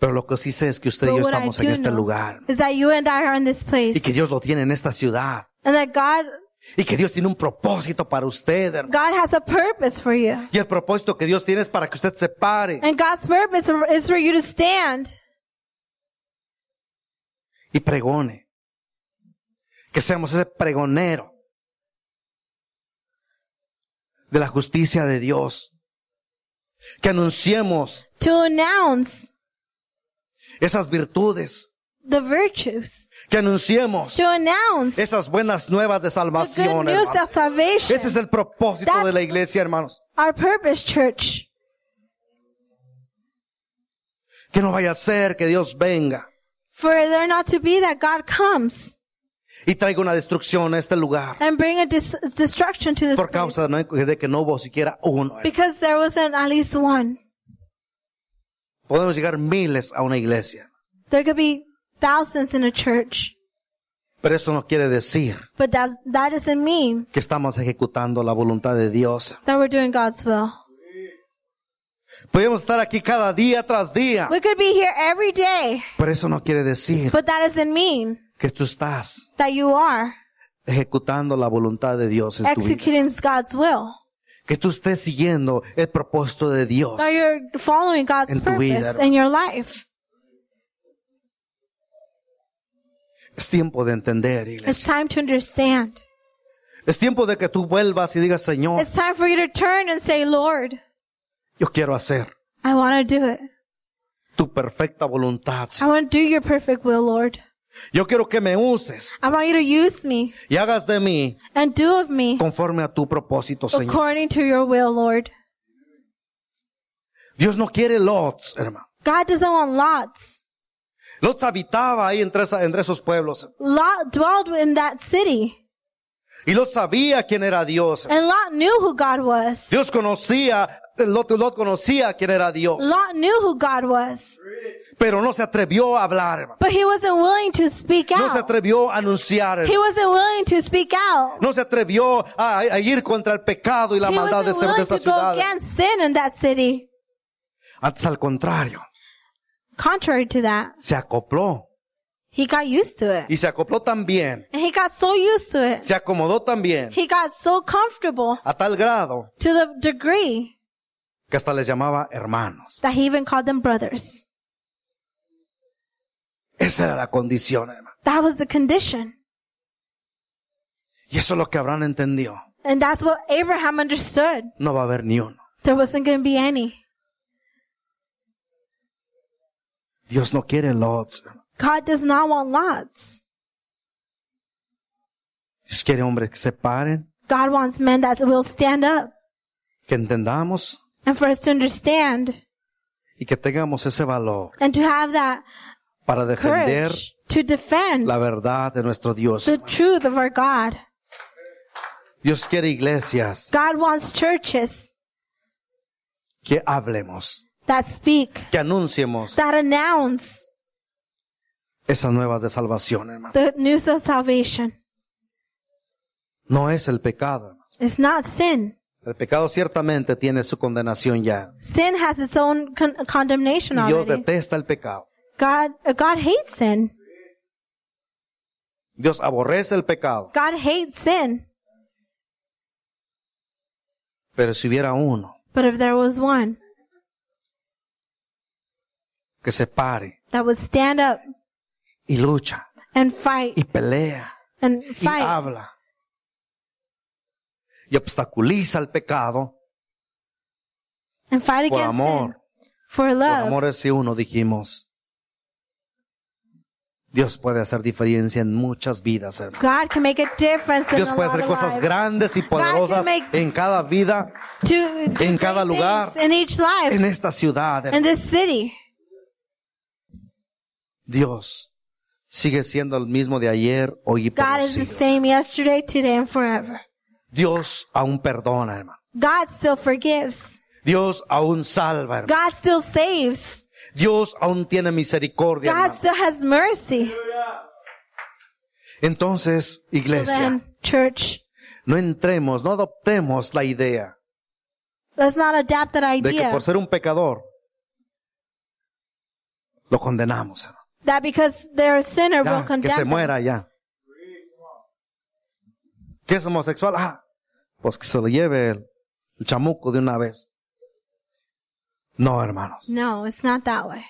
S1: pero lo que sí sé es que usted y
S2: But
S1: yo
S2: what I
S1: estamos en
S2: do
S1: este
S2: know
S1: lugar
S2: Is that you and I are in this place.
S1: y que Dios lo tiene en esta ciudad
S2: And that God,
S1: y que Dios tiene un propósito para usted, hermano.
S2: God has a purpose for you.
S1: Y el propósito que Dios tiene es para que usted se pare
S2: And God's purpose is for you to stand
S1: y pregone. Que seamos ese pregonero de la justicia de Dios. Que anunciemos
S2: to announce
S1: esas virtudes.
S2: the virtues,
S1: Que anunciemos
S2: to announce the
S1: esas buenas nuevas de
S2: good
S1: salvación.
S2: news
S1: hermano.
S2: of salvation.
S1: Ese es el propósito
S2: That's-
S1: de la iglesia, hermanos.
S2: Our purpose, church.
S1: Que no vaya a ser que Dios venga
S2: For there not to be that God comes
S1: y traiga una destrucción a este lugar
S2: and bring a dis- destruction to this
S1: por
S2: place.
S1: causa de no- de que no hubo siquiera uno. hermano.
S2: Because there wasn't at least one.
S1: Podemos llegar miles a una iglesia,
S2: There could be thousands in a church,
S1: pero eso no quiere decir
S2: but that's, that doesn't mean
S1: que estamos ejecutando la voluntad de Dios.
S2: that we're doing God's will.
S1: Podemos estar aquí cada día tras día,
S2: We could be here every day,
S1: pero eso no quiere decir
S2: but that doesn't mean
S1: que tú estás
S2: that you are
S1: ejecutando la voluntad de Dios en tu vida.
S2: executing God's will.
S1: Que tú estés siguiendo el propósito de Dios.
S2: That you're following
S1: En
S2: God's
S1: tu vida,
S2: purpose
S1: hermano.
S2: in your life.
S1: Es tiempo de entender, iglesia.
S2: It's time to understand.
S1: Es tiempo de que tú vuelvas y digas, Señor,
S2: It's time for you to turn and say, Lord,
S1: yo quiero hacer
S2: I want to do it.
S1: tu perfecta voluntad.
S2: I
S1: Señor.
S2: want to do your perfect will, Lord.
S1: Yo quiero que me uses
S2: I want you to use me
S1: y hagas de mí
S2: and do of me
S1: conforme a tu propósito, Señor.
S2: according to your will, Lord.
S1: Dios no quiere Lots, hermano.
S2: God doesn't want Lot's.
S1: Lots habitaba ahí entre, esa- entre esos pueblos.
S2: Lot dwelled in that city,
S1: Y Lot sabía quién era Dios.
S2: and Lot knew who God was.
S1: Dios conocía, Lot, Lot conocía quién era Dios.
S2: Lot knew who God was,
S1: Pero no se atrevió a hablar, hermano.
S2: But he wasn't willing to speak
S1: No se
S2: out.
S1: atrevió a anunciar,
S2: He
S1: hermano.
S2: wasn't willing to speak out.
S1: No se atrevió a, a ir contra el pecado y la
S2: He
S1: maldad de, ese-
S2: wasn't
S1: de
S2: willing
S1: esa
S2: to go
S1: ciudad.
S2: against sin in that city.
S1: Antes al contrario,
S2: Contrary to that,
S1: se acopló.
S2: he got used to it.
S1: Y se acopló también.
S2: And he got so used to it.
S1: Se acomodó también.
S2: He got so comfortable
S1: A tal grado
S2: to the degree
S1: que hasta les llamaba hermanos.
S2: that he even called them brothers.
S1: Esa era la condición, hermano.
S2: That was the condition.
S1: Y eso es lo que Abraham entendió.
S2: And that's what Abraham understood.
S1: No va a haber ni uno.
S2: There wasn't going to be any.
S1: Dios no quiere lots. hermano.
S2: God does not want lots.
S1: Dios quiere hombres que se paren,
S2: God wants men that will stand up.
S1: que entendamos
S2: And for us to understand
S1: y que tengamos ese valor
S2: and to have that
S1: para defender
S2: courage to defend
S1: la verdad de nuestro Dios.
S2: the truth of our God.
S1: Dios quiere iglesias
S2: God wants churches
S1: que hablemos,
S2: that speak,
S1: que anunciemos
S2: that announce
S1: esas nuevas de salvación, hermano.
S2: the news of salvation.
S1: No es el pecado, hermano.
S2: It's not sin.
S1: El pecado ciertamente tiene su condenación ya.
S2: Sin has its own con- condemnation
S1: Y Dios
S2: already.
S1: detesta el pecado.
S2: God, uh, God hates sin.
S1: Dios aborrece el pecado.
S2: God hates sin.
S1: Pero si hubiera uno
S2: But if there was one
S1: que se pare
S2: that would stand up
S1: y lucha
S2: and fight
S1: y pelea
S2: and
S1: y
S2: fight
S1: habla y obstaculiza el pecado
S2: and fight
S1: por
S2: against sin
S1: amor,
S2: for
S1: por
S2: love,
S1: amor a ese uno dijimos. Dios puede hacer diferencia en muchas vidas, hermano.
S2: God can make a difference in
S1: Dios
S2: a
S1: puede
S2: lot
S1: hacer
S2: of
S1: cosas
S2: lives.
S1: grandes y poderosas
S2: make-
S1: en cada vida,
S2: To, to
S1: en cada
S2: great
S1: lugar.
S2: things in each life,
S1: en esta ciudad.
S2: in
S1: hermano.
S2: this city.
S1: Dios sigue siendo el mismo de ayer, hoy y por
S2: God
S1: los
S2: is the
S1: siglos.
S2: same yesterday, today, and forever.
S1: Dios aún perdona, hermano.
S2: God still forgives.
S1: Dios aún salva, hermano.
S2: God still saves.
S1: Dios aún tiene misericordia,
S2: God
S1: hermano.
S2: still has mercy.
S1: Entonces,
S2: So
S1: iglesia,
S2: then, church,
S1: no entremos, no adoptemos la idea
S2: let's not adapt that
S1: de que
S2: idea
S1: por ser un pecador lo condenamos, hermano.
S2: that because they're a sinner, we'll
S1: Ya, que
S2: condemn
S1: se
S2: them.
S1: muera ya. ¿Qué es homosexual? Ah, pues que se lo lleve el, el chamuco de una vez. No, hermanos.
S2: No, it's not that way.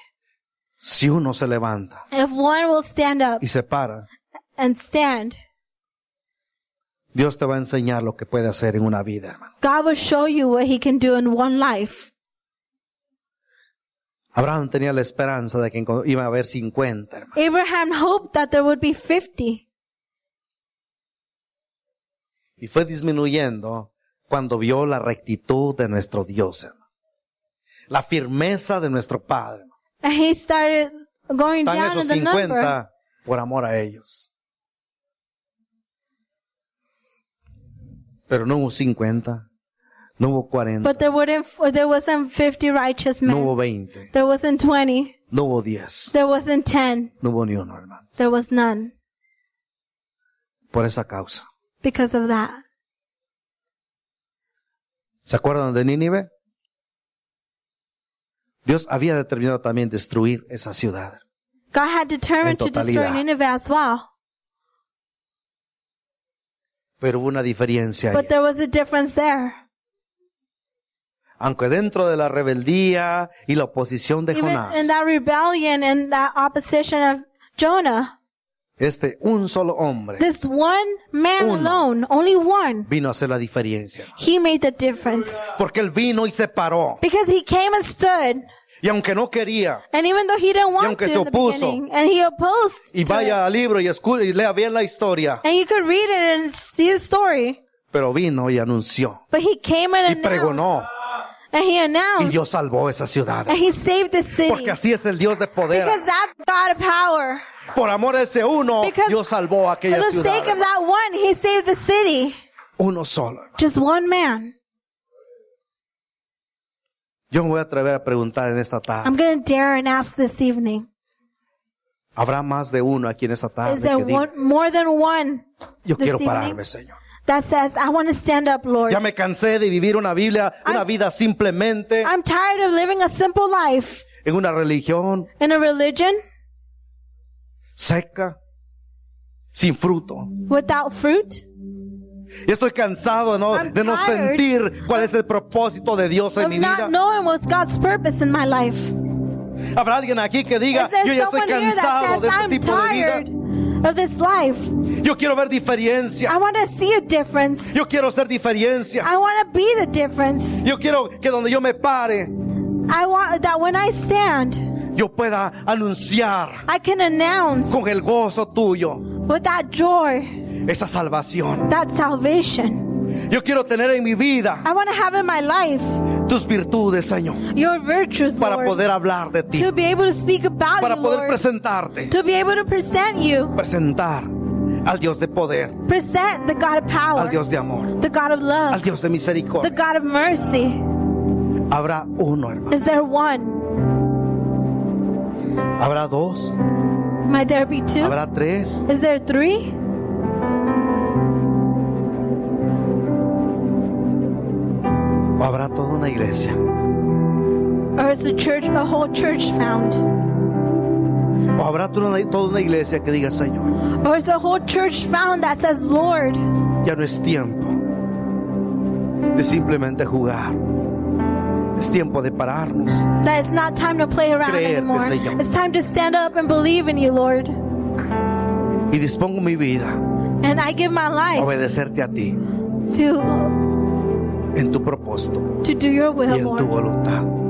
S1: Si uno se levanta
S2: If one will stand up
S1: y se para,
S2: and stand,
S1: Dios te va a enseñar lo que puede hacer en una vida, hermano.
S2: God will show you what he can do in one life.
S1: Abraham tenía la esperanza de que enco- iba a haber 50, hermano.
S2: Abraham hoped that there would be 50.
S1: Y fue disminuyendo cuando vio la rectitud de nuestro Dios, hermano. La firmeza de nuestro Padre. hermano.
S2: And he started going
S1: Están
S2: down
S1: esos
S2: in the number.
S1: 50 por amor a ellos. Pero no hubo 50, no hubo 40,
S2: But there wouldn't, there wasn't 50 righteous
S1: no
S2: men.
S1: hubo 20,
S2: There wasn't 20.
S1: no hubo 10,
S2: There wasn't 10.
S1: no hubo ni uno, hermano.
S2: There was none
S1: Por esa causa.
S2: because of that.
S1: ¿Se acuerdan de Nínive? Dios había determinado también destruir esa ciudad.
S2: God had determined
S1: En
S2: to destroy
S1: totalidad.
S2: Nineveh as well.
S1: Pero hubo una diferencia. ahí.
S2: But there was a difference there.
S1: Aunque dentro de la rebeldía y la oposición de
S2: Even
S1: Jonás,
S2: in that rebellion and that opposition of Jonah,
S1: este un solo hombre
S2: this one man
S1: Uno.
S2: alone, only one,
S1: vino a hacer la diferencia.
S2: he made the difference.
S1: Porque él vino y se paró.
S2: Because he came and stood.
S1: Y aunque no quería,
S2: And even though he didn't want
S1: aunque
S2: to
S1: se
S2: in the
S1: opuso.
S2: beginning, and he opposed
S1: y
S2: to it.
S1: vaya al libro y, escu- y lea bien la historia,
S2: And you could read it and see the story.
S1: pero vino y anunció.
S2: But he came and
S1: Y
S2: announced.
S1: pregonó.
S2: And he
S1: Y
S2: announced.
S1: Dios salvó esa ciudad.
S2: And he saved the city.
S1: Porque así es el Dios de poder.
S2: Because that's God of power.
S1: Por amor a ese uno,
S2: Because
S1: Dios salvó a
S2: For
S1: aquella
S2: the
S1: ciudad.
S2: sake of that one, he saved the city.
S1: Uno solo. hermano.
S2: Just one man.
S1: Yo me voy a atrever a preguntar en esta
S2: I'm
S1: tarde.
S2: going to dare and ask this evening.
S1: Habrá más Ah, de uno aquí en esta tarde
S2: Is there
S1: que diga,
S2: one, more than one
S1: yo
S2: this
S1: quiero
S2: evening?
S1: pararme, Señor.
S2: that says, I want to stand up, Lord?
S1: Ya me cansé de vivir una Biblia, una
S2: I'm-
S1: vida simplemente
S2: I'm tired of living a simple life
S1: en una religión
S2: in a religion
S1: seca, sin fruto.
S2: without fruit.
S1: Y estoy cansado de no,
S2: I'm
S1: de no
S2: tired.
S1: sentir cuál es el propósito de Dios en
S2: Of
S1: mi
S2: not
S1: vida.
S2: knowing what's God's purpose in my life.
S1: Habrá alguien aquí que diga,
S2: Is there
S1: yo ya estoy
S2: someone here
S1: cansado
S2: that
S1: de
S2: says,
S1: este
S2: I'm
S1: tipo de vida.
S2: tired of this life?
S1: Yo quiero ver diferencia.
S2: I want to see a difference.
S1: Yo quiero ser diferencia.
S2: I want to be the difference.
S1: Yo quiero que donde yo me pare,
S2: I want that when I stand,
S1: yo pueda anunciar
S2: I can announce
S1: con el gozo tuyo
S2: with that joy,
S1: esa salvación.
S2: that salvation.
S1: Yo quiero tener en mi vida
S2: I want to have in my life
S1: tus virtudes, Señor,
S2: your virtues,
S1: para
S2: Lord,
S1: poder hablar de ti,
S2: to be able to speak about
S1: para
S2: you,
S1: poder
S2: Lord,
S1: presentarte,
S2: to be able to present you,
S1: presentar al Dios de poder,
S2: present the God of
S1: al
S2: power,
S1: Dios de amor,
S2: the God of
S1: al
S2: love,
S1: Dios de
S2: the
S1: misericordia.
S2: God of mercy.
S1: Habrá uno, hermano.
S2: Is there one?
S1: Habrá dos,
S2: Might there be two?
S1: habrá tres.
S2: Is there three?
S1: O habrá toda una iglesia.
S2: Or is the church a whole church found?
S1: O habrá toda una, toda una iglesia que diga, Señor,
S2: Or is the whole church found that says, Lord,
S1: ya no es tiempo de simplemente jugar. Es tiempo de pararnos.
S2: that it's not time to play around
S1: Creerte,
S2: anymore.
S1: Señor.
S2: It's time to stand up and believe in you, Lord.
S1: Y dispongo mi vida
S2: And I give my
S1: a
S2: life
S1: obedecerte a ti
S2: to
S1: en tu propósito
S2: to do your
S1: y
S2: will,
S1: en tu
S2: Lord,
S1: voluntad.